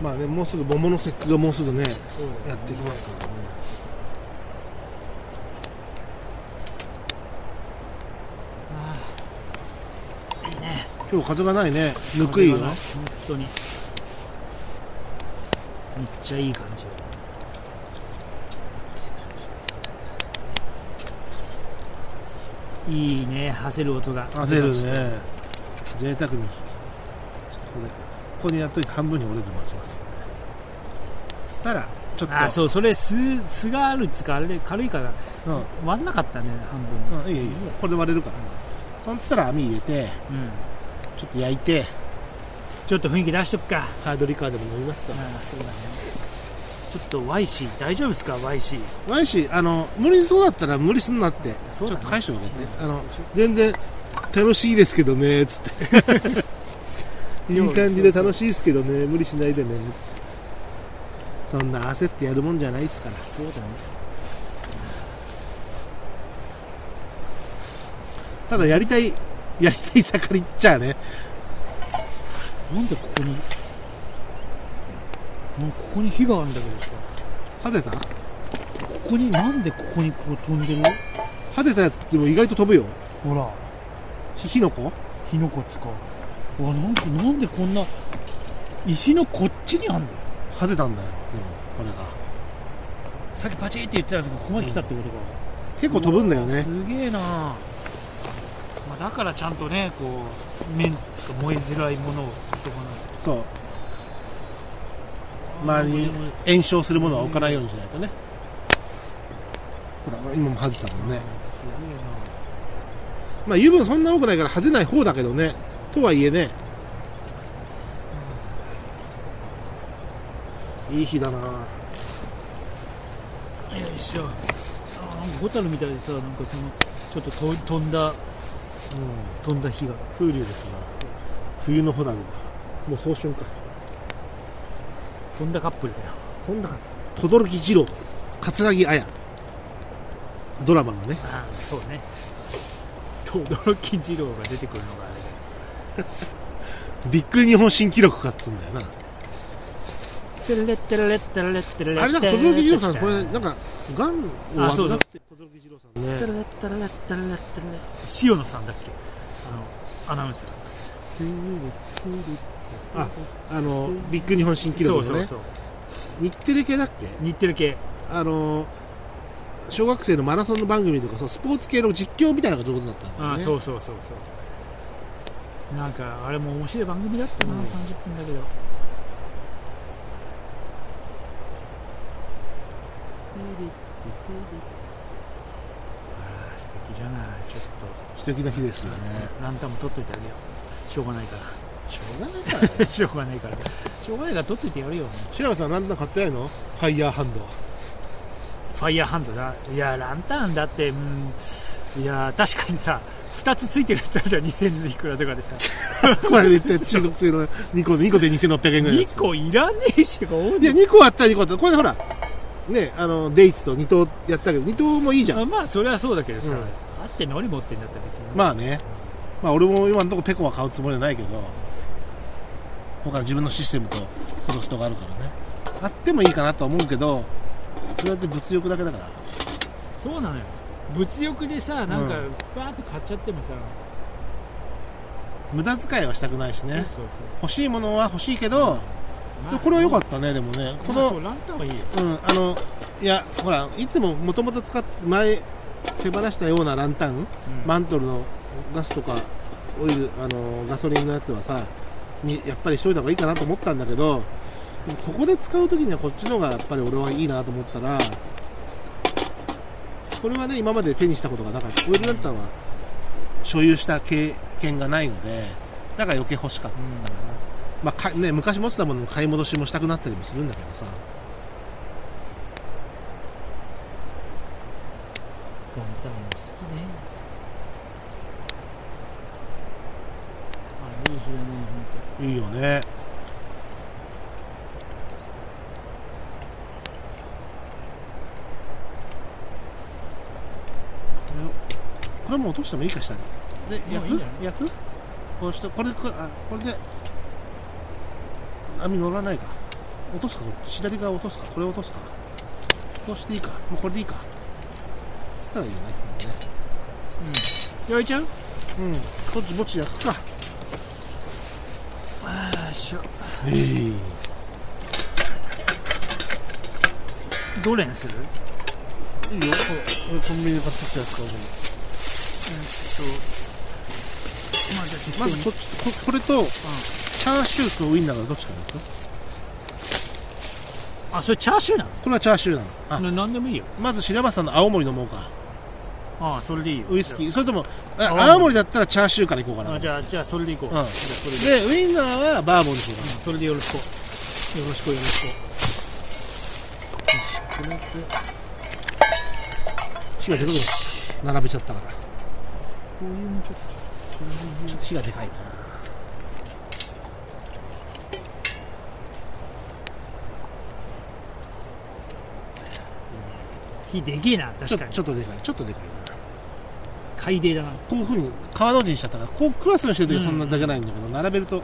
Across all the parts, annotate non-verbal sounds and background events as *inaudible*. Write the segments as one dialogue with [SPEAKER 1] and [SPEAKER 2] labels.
[SPEAKER 1] もうすぐ桃の節句がもうすぐねやってきますからね
[SPEAKER 2] いいね
[SPEAKER 1] 今日風がないねぬくいよ
[SPEAKER 2] 風がな本当にめっちゃいい感じいいね馳せる音が
[SPEAKER 1] 焦るね贅沢にちょっとここでここにやっといて半分に折れるの待ちますねそしたらちょっと
[SPEAKER 2] あそうそれすすがあるっつうかあれ軽いから
[SPEAKER 1] うん、うん
[SPEAKER 2] 割んなかったんだよね半分に、
[SPEAKER 1] いいよいいよこれで割れるから、そんつったら網入れて
[SPEAKER 2] うん、
[SPEAKER 1] ちょっと焼いて
[SPEAKER 2] ちょっと雰囲気出しとくか
[SPEAKER 1] ハードリカーでも飲みますか
[SPEAKER 2] ああそうだねちょっと YC 大丈夫ですか YC
[SPEAKER 1] ないしあの無理そうだったら無理すんなって、ち
[SPEAKER 2] そ
[SPEAKER 1] ょ
[SPEAKER 2] う
[SPEAKER 1] っ
[SPEAKER 2] だね
[SPEAKER 1] と返しておいて、あの全然楽しいですけどねつって
[SPEAKER 2] *laughs*
[SPEAKER 1] いい感じで楽しいですけどね無理しないでねそんな焦ってやるもんじゃないですから
[SPEAKER 2] そうだね
[SPEAKER 1] ただやりたいやりたい盛りっちゃあね
[SPEAKER 2] なんでここになんかここに火があるんだけどさ
[SPEAKER 1] はぜた
[SPEAKER 2] ここになんでここにこう飛んでる
[SPEAKER 1] はぜたやつでも意外と飛ぶよ
[SPEAKER 2] ほら
[SPEAKER 1] ひ火の粉
[SPEAKER 2] 火の粉使うわなんかなんでこんな石のこっちにあんだよ
[SPEAKER 1] はぜたんだよでもこれが
[SPEAKER 2] さっきパチーって言ってたやつがここまで来たってことか、
[SPEAKER 1] 結構飛ぶんだよ
[SPEAKER 2] うわ
[SPEAKER 1] ね
[SPEAKER 2] すげえな、まあ、だからちゃんとねこう面つか燃えづらいものを置いてお
[SPEAKER 1] そ
[SPEAKER 2] かない
[SPEAKER 1] う
[SPEAKER 2] と
[SPEAKER 1] 周りに炎症するものは置かないようにしないとねほら今もはぜたもんね
[SPEAKER 2] すげえな
[SPEAKER 1] まあ油分そんな多くないからはぜない方だけどねとはいえねいい日だな
[SPEAKER 2] よいしょあなんかホタルみたいでさなんかそのちょっとと飛んだ飛んだ火が
[SPEAKER 1] 風流ですな冬のホダルだもう早春か
[SPEAKER 2] 飛んだカップルだよ
[SPEAKER 1] そんな轟二郎桂木綾ドラマがね
[SPEAKER 2] ああそうね轟二郎が出てくるのがあれだよ
[SPEAKER 1] びっくり日本新記録かっつうんだよな
[SPEAKER 2] テレレッテレレッテレレッテレレ
[SPEAKER 1] あれなんか轟二郎さんこれなんかがん
[SPEAKER 2] あそ
[SPEAKER 1] を患
[SPEAKER 2] うだ
[SPEAKER 1] って轟二郎さんね
[SPEAKER 2] テレレッテレレッテレレッテレレ塩野さんだっけあのアナウンサー
[SPEAKER 1] ああのビッグ日本新記
[SPEAKER 2] そ
[SPEAKER 1] 録の
[SPEAKER 2] うそう
[SPEAKER 1] ね
[SPEAKER 2] そう
[SPEAKER 1] 日テレ系だっけ
[SPEAKER 2] 日テレ系
[SPEAKER 1] あの小学生のマラソンの番組とかそうスポーツ系の実況みたいなのが上手だったんだよね
[SPEAKER 2] ああそうそうそうそうなんかあれも面白い番組だったな、
[SPEAKER 1] うん
[SPEAKER 2] 30分だけどあら素敵じゃないちょっ
[SPEAKER 1] 素敵な日ですよね
[SPEAKER 2] とランタンも取っといてあげようしょうがないか
[SPEAKER 1] しょうがないから
[SPEAKER 2] ら *laughs* しょうがないからしょうがないから取っといてやるよ
[SPEAKER 1] 白部さんランタン買ってないのファイヤーハンド
[SPEAKER 2] ファイヤーハンドだいやランタンだってうんいや確かにさ2つついてるやつあるじゃん2000いくらとかでさ
[SPEAKER 1] これで言って中国製の2個で2個で2600円ぐらいのやつ
[SPEAKER 2] 2個いらねえしとか思う
[SPEAKER 1] いや2個あったら2個あったこれでほらねあのデイツと2頭やったけど2頭もいいじゃん
[SPEAKER 2] あまあそれはそうだけどさ、
[SPEAKER 1] うん
[SPEAKER 2] あってのり持ってんだったら別に、
[SPEAKER 1] まあねまあ俺も今のところペコは買うつもりはないけど他の自分のシステムとソロストがあるからねあってもいいかなとは思うけどそれだって物欲だけだから
[SPEAKER 2] そうなのよ物欲でさな
[SPEAKER 1] う
[SPEAKER 2] んか
[SPEAKER 1] ん
[SPEAKER 2] バーッと買っちゃってもさ、
[SPEAKER 1] 無駄遣いはしたくないしね
[SPEAKER 2] そうそう
[SPEAKER 1] 欲しいものは欲しいけ
[SPEAKER 2] そう
[SPEAKER 1] ど、
[SPEAKER 2] まあ
[SPEAKER 1] これは良かったねでもねこ
[SPEAKER 2] まあそう
[SPEAKER 1] の
[SPEAKER 2] ランタンはいいよ
[SPEAKER 1] うんあのいやほらいつももともと使って前手放したようなランタン
[SPEAKER 2] うん
[SPEAKER 1] マントルのガスとかオイルあのガソリンのやつはさにやっぱりしといた方がいいかなと思ったんだけどここで使う時にはこっちの方がやっぱり俺はいいなと思ったらこれはね今まで手にしたことがなかったオイルランタンは所有した経験がないのでだから余計欲しかった
[SPEAKER 2] うん
[SPEAKER 1] かな、まあかね、昔持ってたものの買い戻しもしたくなったりもするんだけどさ
[SPEAKER 2] ランタンも好きねあいい日だね
[SPEAKER 1] いいよねこれをこれもう落としてもいいかしたねで
[SPEAKER 2] もう
[SPEAKER 1] 焼
[SPEAKER 2] いいん
[SPEAKER 1] く
[SPEAKER 2] じゃない
[SPEAKER 1] 焼くこうしてこれでこれあこれで網乗らないか
[SPEAKER 2] 本
[SPEAKER 1] 落とすかそっち左側落とすかこれ落とすかこうしていいかもうこれでいいかそしたらいいよね
[SPEAKER 2] 焼いちゃう
[SPEAKER 1] 今度ねうんぼちぼちやっか
[SPEAKER 2] よいしょ
[SPEAKER 1] ええ
[SPEAKER 2] どれにする
[SPEAKER 1] いいよこれコンビニで買ってきたやつ買う
[SPEAKER 2] そうまあじゃあ適当
[SPEAKER 1] ま
[SPEAKER 2] に
[SPEAKER 1] ずこっちここれと、チャーシューとウインナーがどっちかなんですよ
[SPEAKER 2] あそれチャーシューなの
[SPEAKER 1] これはチャーシューなのあ
[SPEAKER 2] ななんでもいいよ
[SPEAKER 1] まず白松さんの青森飲もうか
[SPEAKER 2] ああそれでいいよ
[SPEAKER 1] ウイスキーそれともあ
[SPEAKER 2] 青
[SPEAKER 1] 青
[SPEAKER 2] 森
[SPEAKER 1] 森だったらチャーシューからいこうかな
[SPEAKER 2] あじゃあじゃあそれでいこう、
[SPEAKER 1] うん
[SPEAKER 2] じゃあそれ
[SPEAKER 1] で
[SPEAKER 2] で
[SPEAKER 1] ウインナーはバーボンにしようかな
[SPEAKER 2] それでよろしくよろしくよろしく
[SPEAKER 1] 火がでかくなった並べちゃったから
[SPEAKER 2] こういうもちょっ
[SPEAKER 1] ちょっと火がでかいな
[SPEAKER 2] と火でけえな
[SPEAKER 1] ちょ
[SPEAKER 2] 確かに
[SPEAKER 1] ちょっとでかいちょっとでかいな
[SPEAKER 2] 海底だな
[SPEAKER 1] こういうふうに川の字にしちゃったからこうクラスの人いる時はそんなでかないんだけど、並べると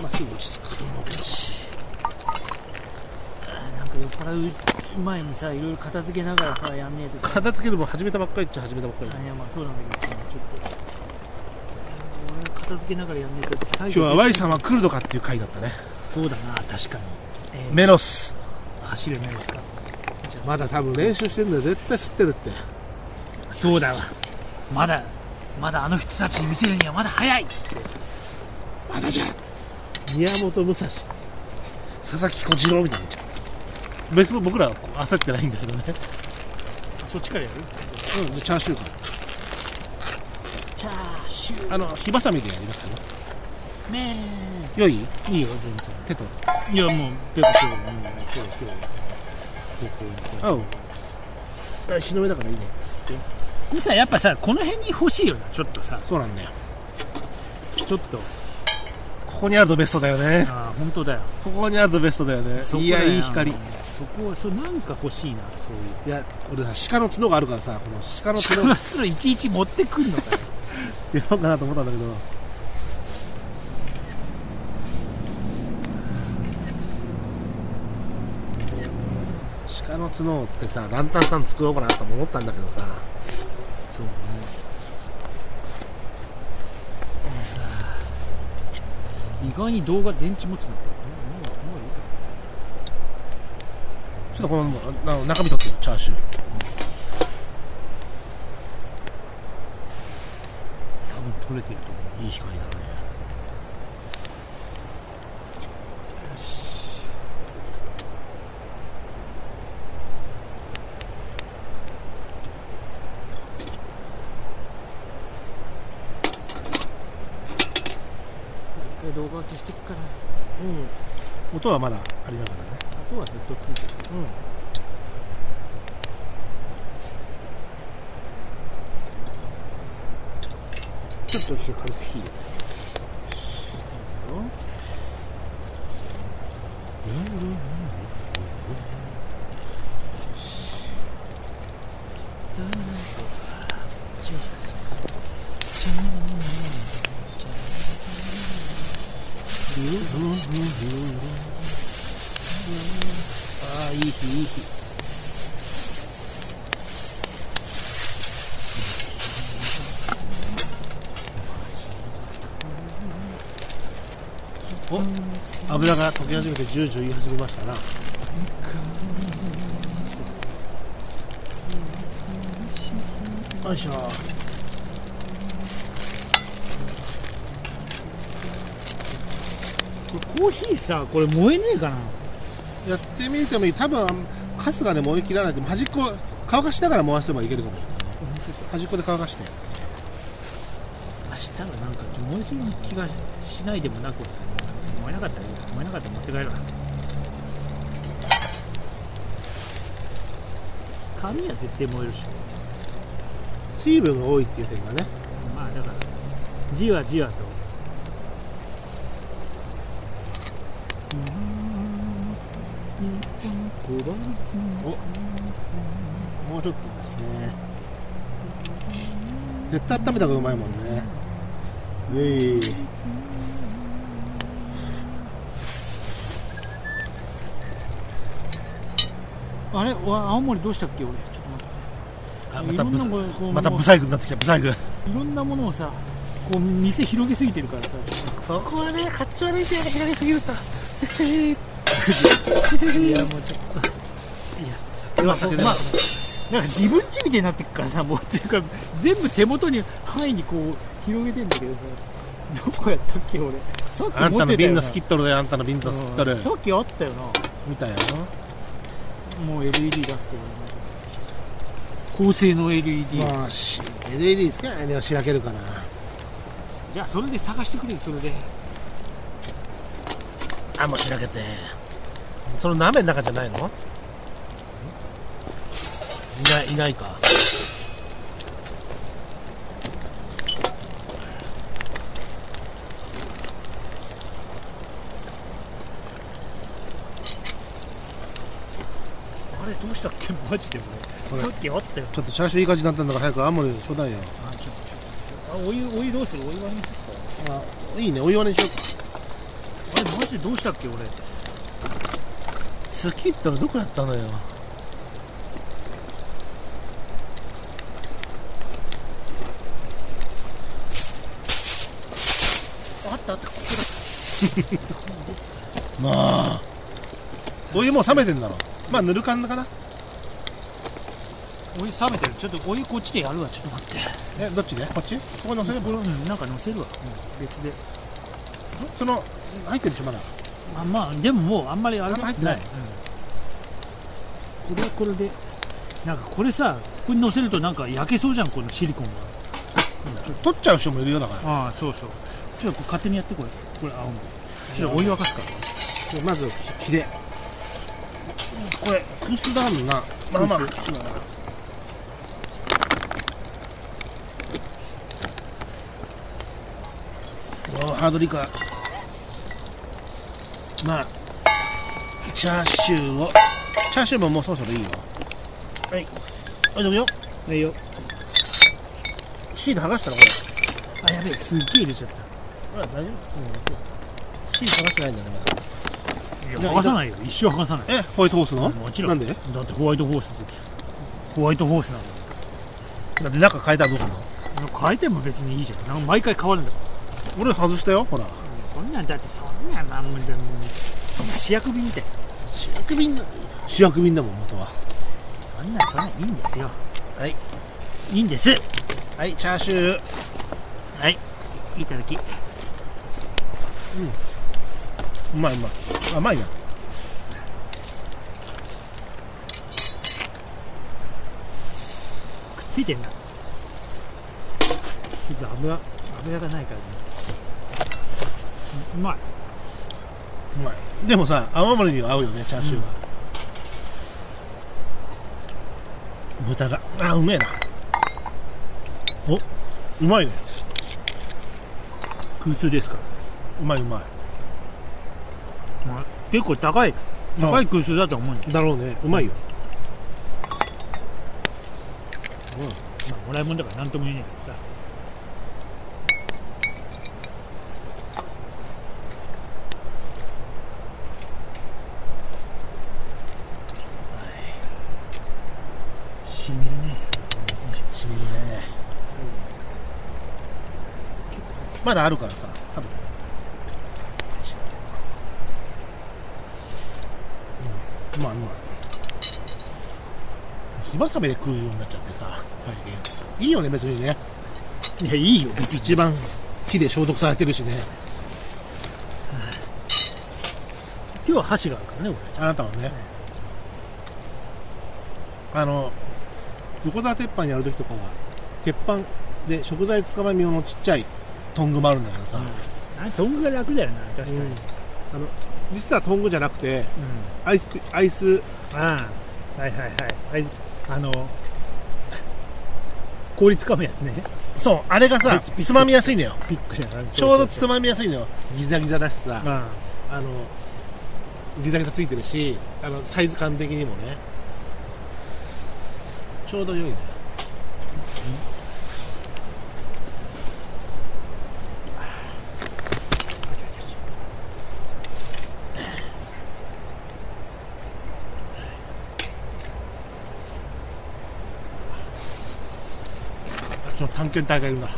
[SPEAKER 1] まあすぐ落ち着くと思うけど
[SPEAKER 2] なんか酔っ払う前にさいろいろ片付けながらさやんねえとさ
[SPEAKER 1] 片付けるも始めたばっかりっちゃ始めたばっかりだ
[SPEAKER 2] いやまあそうなんだけどさちょっと俺片付けながらやんねえと最
[SPEAKER 1] 今日は
[SPEAKER 2] 後
[SPEAKER 1] Y さんはクルドかっていう回だったね
[SPEAKER 2] そうだな確かに、えー
[SPEAKER 1] メロス
[SPEAKER 2] 走る目ですか
[SPEAKER 1] まだ多分練習してるんだよ絶対知ってるって
[SPEAKER 2] そうだわまだまだあの人たちに見せるにはまだ早い
[SPEAKER 1] まだじゃ宮本武蔵佐々木小次郎みたいになっちゃう別に僕らはこう焦ってないんだけどね
[SPEAKER 2] そっちからやる
[SPEAKER 1] うんでチャーシューから
[SPEAKER 2] チャーシュー
[SPEAKER 1] あの火ばさみでやりますよね
[SPEAKER 2] ね
[SPEAKER 1] 良い
[SPEAKER 2] えいいよ
[SPEAKER 1] 手と
[SPEAKER 2] 全然いやもうペコペコもう今日今日
[SPEAKER 1] あうんあ火の上だからいいね
[SPEAKER 2] でさやっぱさこの辺に欲しいよなちょっとさ
[SPEAKER 1] そうなんだよ
[SPEAKER 2] ちょっと
[SPEAKER 1] ここにあるとベストだよね
[SPEAKER 2] ああ本当だよ
[SPEAKER 1] *laughs* ここにあるとベストだよね
[SPEAKER 2] そこ
[SPEAKER 1] い
[SPEAKER 2] だ
[SPEAKER 1] や
[SPEAKER 2] よ
[SPEAKER 1] いい光い
[SPEAKER 2] そこそうなんか欲しいなそういう
[SPEAKER 1] や俺さ鹿の角があるからさこの鹿の角
[SPEAKER 2] 鹿の角いちいち持ってくんのかよ
[SPEAKER 1] やろうかなと思ったんだけど鹿の角ってさランタンさん作ろうかなとも思ったんだけどさ
[SPEAKER 2] そうね意外に動画電池持つのもうもういいか
[SPEAKER 1] ちょっとこのあの中身取ってよチャーシュー
[SPEAKER 2] 多分取れてると思
[SPEAKER 1] いい光だね
[SPEAKER 2] うよし一回動画消してくから
[SPEAKER 1] うん音はまだありながらね
[SPEAKER 2] あとはずっとついてる
[SPEAKER 1] ちょっと火軽く火入れて
[SPEAKER 2] よ
[SPEAKER 1] ああいい火いい火お油が溶け始めてジュージュー言い始めましたなよいしょ
[SPEAKER 2] これコーヒーさこれ燃えねえかな
[SPEAKER 1] やってみてもいい多分カスがね燃え切らないで端っこ乾かしながら回せばいけるかもしれない端っこで乾かして
[SPEAKER 2] 明日はなんか燃えそうな気がしないでもなく燃えなかったらいいよ燃えなかったら持って帰るわ紙は絶対燃えるし
[SPEAKER 1] 水分が多いっていう点がね
[SPEAKER 2] まあだからじわじわと
[SPEAKER 1] もうちょっとですね絶対温めた方がうまいもんねうい
[SPEAKER 2] あれわ青森どうしたっけ俺ちょっと待って
[SPEAKER 1] あ
[SPEAKER 2] い
[SPEAKER 1] ま
[SPEAKER 2] ろ
[SPEAKER 1] た
[SPEAKER 2] ん
[SPEAKER 1] ブ
[SPEAKER 2] な
[SPEAKER 1] サ
[SPEAKER 2] こうこう
[SPEAKER 1] また
[SPEAKER 2] もう
[SPEAKER 1] ブサイクになってきたブサイク
[SPEAKER 2] いろんなものをさこう店広げすぎてるからさ
[SPEAKER 1] そこはねかっち悪い点が広げすぎるさ *laughs*
[SPEAKER 2] いやもうちょっといやまあ、まあ、なんか自分家みたいになってっからさもうっていうか全部手元に範囲にこう広げてんだけどさどこやったっけ俺さっき持ってたよ
[SPEAKER 1] あんたの瓶のスキットルだよあんたの瓶のスキットル
[SPEAKER 2] うんさっきあったよな
[SPEAKER 1] 見たよ
[SPEAKER 2] もう LED 出すけどね高性能 LED、
[SPEAKER 1] まあし LED ですからねしらけるから
[SPEAKER 2] じゃあそれで探してくれるそれで
[SPEAKER 1] あもうしらけてその鍋の中じゃないのいないいないか
[SPEAKER 2] あれどうしたっけマジで
[SPEAKER 1] こ
[SPEAKER 2] 俺
[SPEAKER 1] れ
[SPEAKER 2] さっきあったよ
[SPEAKER 1] ちょっとチャーシューいい感じになったんだから早く青森でちょうだいよ
[SPEAKER 2] あちょっとちょっとあお湯お湯どうするお湯割りにするか
[SPEAKER 1] あいいねお湯割りにしよ
[SPEAKER 2] あれマジでどうしたっけ俺
[SPEAKER 1] うかスキットルどこやったのよ
[SPEAKER 2] あったあったここ
[SPEAKER 1] まあお湯もう冷めてんだろまあぬる感かな
[SPEAKER 2] だお湯冷めてるちょっとお湯こっちでやるわちょっと待って
[SPEAKER 1] えどっちでこっちそこに乗せれば
[SPEAKER 2] うんなんか乗せるわ、うん別で
[SPEAKER 1] その入ってるでしょまだ
[SPEAKER 2] あまあでももうあんまりあれ
[SPEAKER 1] あんま入って
[SPEAKER 2] な、
[SPEAKER 1] ないい
[SPEAKER 2] うんこれはこれでなんかこれさここに乗せるとなんか焼けそうじゃんこのシリコンが
[SPEAKER 1] 取っちゃう人もいるよだか
[SPEAKER 2] ああそうそうちょっとこれ勝手にやってこれこれ青森ちょっとお湯沸かすから
[SPEAKER 1] らまずヒレこれクースだもんなまあまあおハードリカまあチャーシューをチャーシューももうそろそろいいよはい大丈夫よ
[SPEAKER 2] はいよ
[SPEAKER 1] シール剥がしたらこれ
[SPEAKER 2] あやべえすっげえ入れちゃった
[SPEAKER 1] ほら大丈夫うんシール剥がしてないんだねまだ
[SPEAKER 2] いや
[SPEAKER 1] じゃあ
[SPEAKER 2] 剥がさないよ一生剥がさない
[SPEAKER 1] えホワイトホースの
[SPEAKER 2] もちろん
[SPEAKER 1] なんで
[SPEAKER 2] だってホワイトホースってホワイトホースなんだ
[SPEAKER 1] だって中変えたらどうするの
[SPEAKER 2] 変えても別にいいじゃんなんか毎回変わるんだか
[SPEAKER 1] 俺外したよほら
[SPEAKER 2] らいやそんなんだってそんなんなんもそんな試薬日みたいな
[SPEAKER 1] 主役便だ主役便だもん元は
[SPEAKER 2] そんなんそんなんいいんですよ
[SPEAKER 1] はい
[SPEAKER 2] いいんです
[SPEAKER 1] はいチャーシュー
[SPEAKER 2] はいいただき
[SPEAKER 1] うまいうまい甘いな
[SPEAKER 2] くっついてんだちょっと油油がないからねうまいう
[SPEAKER 1] まいでもさ青森には合うよねチャーシューが、豚があうめえなおうまいね
[SPEAKER 2] 空中ですか
[SPEAKER 1] うまいうまい
[SPEAKER 2] ら、まあ、結構高い高い空中だと思うんだよ
[SPEAKER 1] だろうねうまいよ
[SPEAKER 2] まあもらいもんだから何とも言えないけどさしみるね
[SPEAKER 1] しみるねまだあるからさ食べてうんまあうまい火挟めで食うようになっちゃってさ、い、いよね別にね
[SPEAKER 2] いやいいよ別に
[SPEAKER 1] 一番火で消毒されてるしね
[SPEAKER 2] 今日は箸があるからね俺
[SPEAKER 1] あなたはねあの横澤鉄板やるときとかは鉄板で食材捕まえ用のちっちゃいトングもあるんだけどさ、
[SPEAKER 2] あトングが楽だよな確かに、
[SPEAKER 1] う
[SPEAKER 2] うん
[SPEAKER 1] んあの実はトングじゃなくて
[SPEAKER 2] う
[SPEAKER 1] アイスアイス
[SPEAKER 2] ん、ああはいはいはいはいあの効率かむやつね
[SPEAKER 1] そうあれが
[SPEAKER 2] ア
[SPEAKER 1] さ
[SPEAKER 2] イスピック
[SPEAKER 1] つまみやすいのよ
[SPEAKER 2] ピックじゃない
[SPEAKER 1] ちょうど
[SPEAKER 2] つ
[SPEAKER 1] つまみやすいのよギザギザだしさ
[SPEAKER 2] うん
[SPEAKER 1] あのギザギザついてるしあのサイズ感的にもねちょうど良いのよちの探検隊がいるな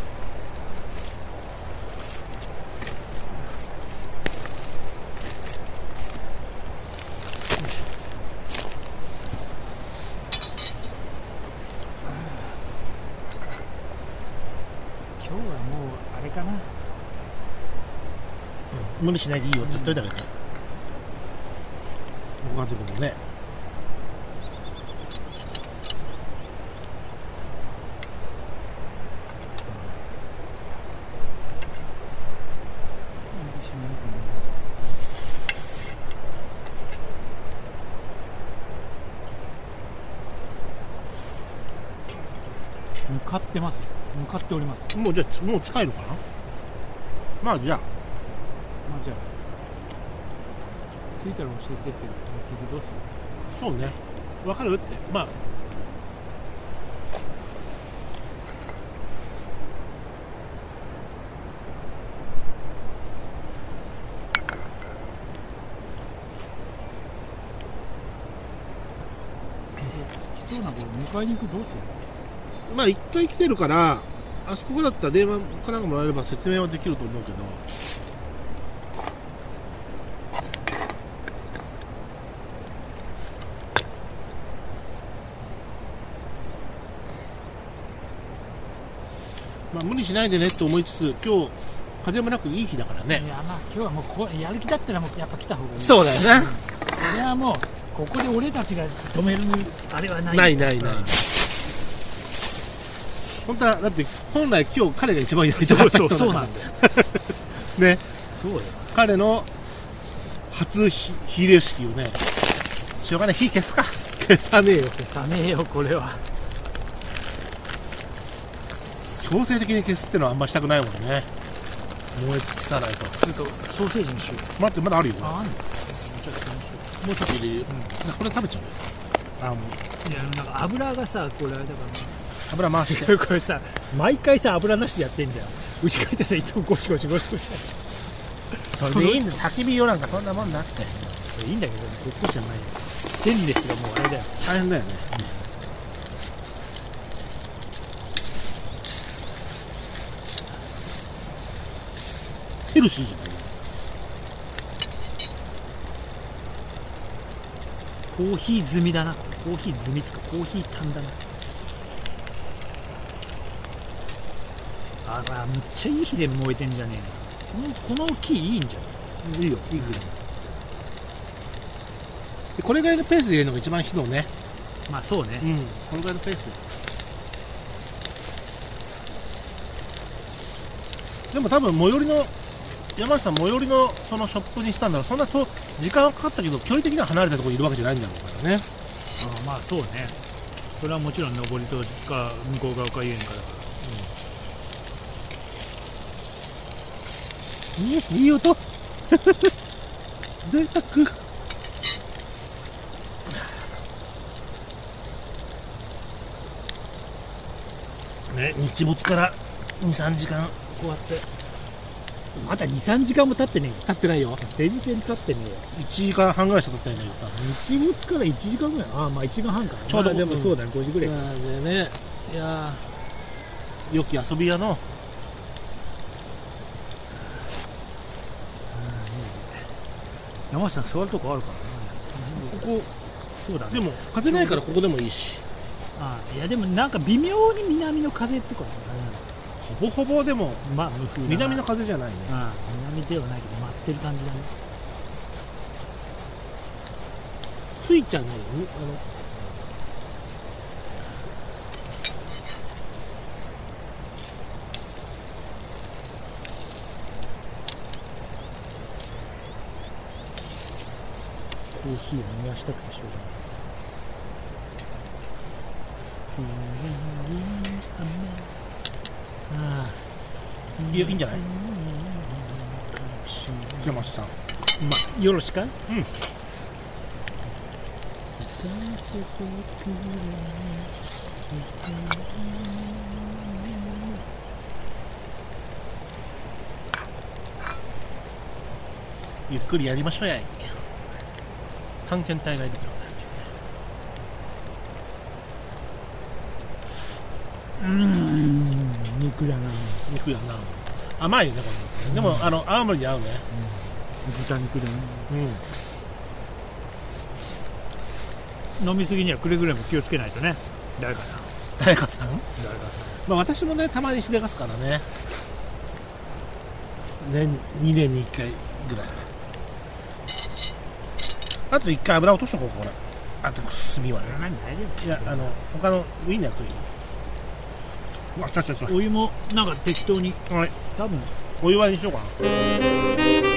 [SPEAKER 2] 今日はもうあれかな
[SPEAKER 1] 無理しないでいいよって言っといたけどね、ご家族もね
[SPEAKER 2] 向かってます向かっております
[SPEAKER 1] もうじゃあもう近いのかなまあじゃあ
[SPEAKER 2] まあじゃあ着いたら教えてって結局どうする
[SPEAKER 1] そうねわかるってまあ
[SPEAKER 2] 着きそうな頃迎えに行くどうする
[SPEAKER 1] まあ一回来てるからあそこだったら電話かなんかもらえれば説明はできると思うけどまあ無理しないでねって思いつつ今日風もなくいい日だからね
[SPEAKER 2] いやまあ今日はもうこうやる気だったらもうやっぱ来た方がいい
[SPEAKER 1] そうだよね
[SPEAKER 2] それはもうここで俺たちが止めるあれはない
[SPEAKER 1] ないないない本当はだって本来今日彼が一番やりたかった人だから
[SPEAKER 2] そうなんだよ *laughs*
[SPEAKER 1] ね
[SPEAKER 2] そうよ
[SPEAKER 1] 彼の初ひ非礼式をねしょうがない火消すか消さねえよ
[SPEAKER 2] ダメよこれは
[SPEAKER 1] 強制的に消すってのはあんましたくないもんね燃え尽きさないと
[SPEAKER 2] ちょっとソーセージにしよう
[SPEAKER 1] 待ってまだあるよも
[SPEAKER 2] ああんのちょっと楽し
[SPEAKER 1] うちょっと入れるよ、これ食べちゃうよあもう
[SPEAKER 2] いいやなんか油がさこれあれだから
[SPEAKER 1] 油回して
[SPEAKER 2] これさ毎回さ油なしでやってんじゃんうち帰ってさいつもゴシゴシゴシゴシ
[SPEAKER 1] *laughs* それでいいんだよ焚き火よなんかそんなもんだって
[SPEAKER 2] それいいんだけどこ
[SPEAKER 1] こっちじゃないよ
[SPEAKER 2] ステンレスがもうあれだよ
[SPEAKER 1] 大変だよねヘルシーじゃない
[SPEAKER 2] コーヒー済みだなコーヒー済みつかコーヒー炭だなあらむっちゃいい火で燃えてんじゃねえのこのこの木いいんじゃん
[SPEAKER 1] いいよいいぐらいでこれぐらいのペースで入れるのが一番火のね
[SPEAKER 2] まあそうね
[SPEAKER 1] うんこのぐらいのペースででも多分最寄りの山下さん最寄りのそのショップにしたんだろうそんなと時間はかかったけど距離的には離れたところにいるわけじゃないんだろうからね
[SPEAKER 2] あまあそうねそれはもちろん上りとか向こう側か言えんから
[SPEAKER 1] いいいい音 *laughs* 贅沢ね日没から23時間こうやって
[SPEAKER 2] まだ23時間も経ってねえよ
[SPEAKER 1] 経ってないよ
[SPEAKER 2] 全然経ってねえよ
[SPEAKER 1] 1時間半ぐらいしか経ってないんだけどさ
[SPEAKER 2] 日没から1時間ぐらいああまあ1時間半か
[SPEAKER 1] ちょうど
[SPEAKER 2] まあでもそうだね5時ぐらいか
[SPEAKER 1] んでねいや良き遊び屋の
[SPEAKER 2] 山下さん座るとこあるからね
[SPEAKER 1] ここ
[SPEAKER 2] そうだね
[SPEAKER 1] でも風ないからここでもいいし
[SPEAKER 2] ああいやでもなんか微妙に南の風とか、
[SPEAKER 1] ほぼほぼでも
[SPEAKER 2] まあ無風だな
[SPEAKER 1] 南の風じゃないね
[SPEAKER 2] ああ南ではないけど待ってる感じだね
[SPEAKER 1] 吹いちゃないよねあの
[SPEAKER 2] コーヒーを燃やしたくてしょうがないああ
[SPEAKER 1] いやいいんじゃない山下さん
[SPEAKER 2] よろしかうん
[SPEAKER 1] ゆっくりやりましょうやい探検隊がいるから
[SPEAKER 2] うん肉だな
[SPEAKER 1] 肉やな甘いねこれでも、あの青森に合うね
[SPEAKER 2] 豚肉だ
[SPEAKER 1] う
[SPEAKER 2] な飲みすぎにはくれぐれも気をつけないとね誰かさん
[SPEAKER 1] ん誰かさん
[SPEAKER 2] 誰かさん
[SPEAKER 1] まあ私もねたまにしでかすからね年2年に1回ぐらいあと1回油落としとこうこれあと炭はね
[SPEAKER 2] 何大丈
[SPEAKER 1] いやあの他のウインナーといいようわちょちょちょ
[SPEAKER 2] 夫お湯もなんか適当に
[SPEAKER 1] はい
[SPEAKER 2] 多分
[SPEAKER 1] お祝いにしようかな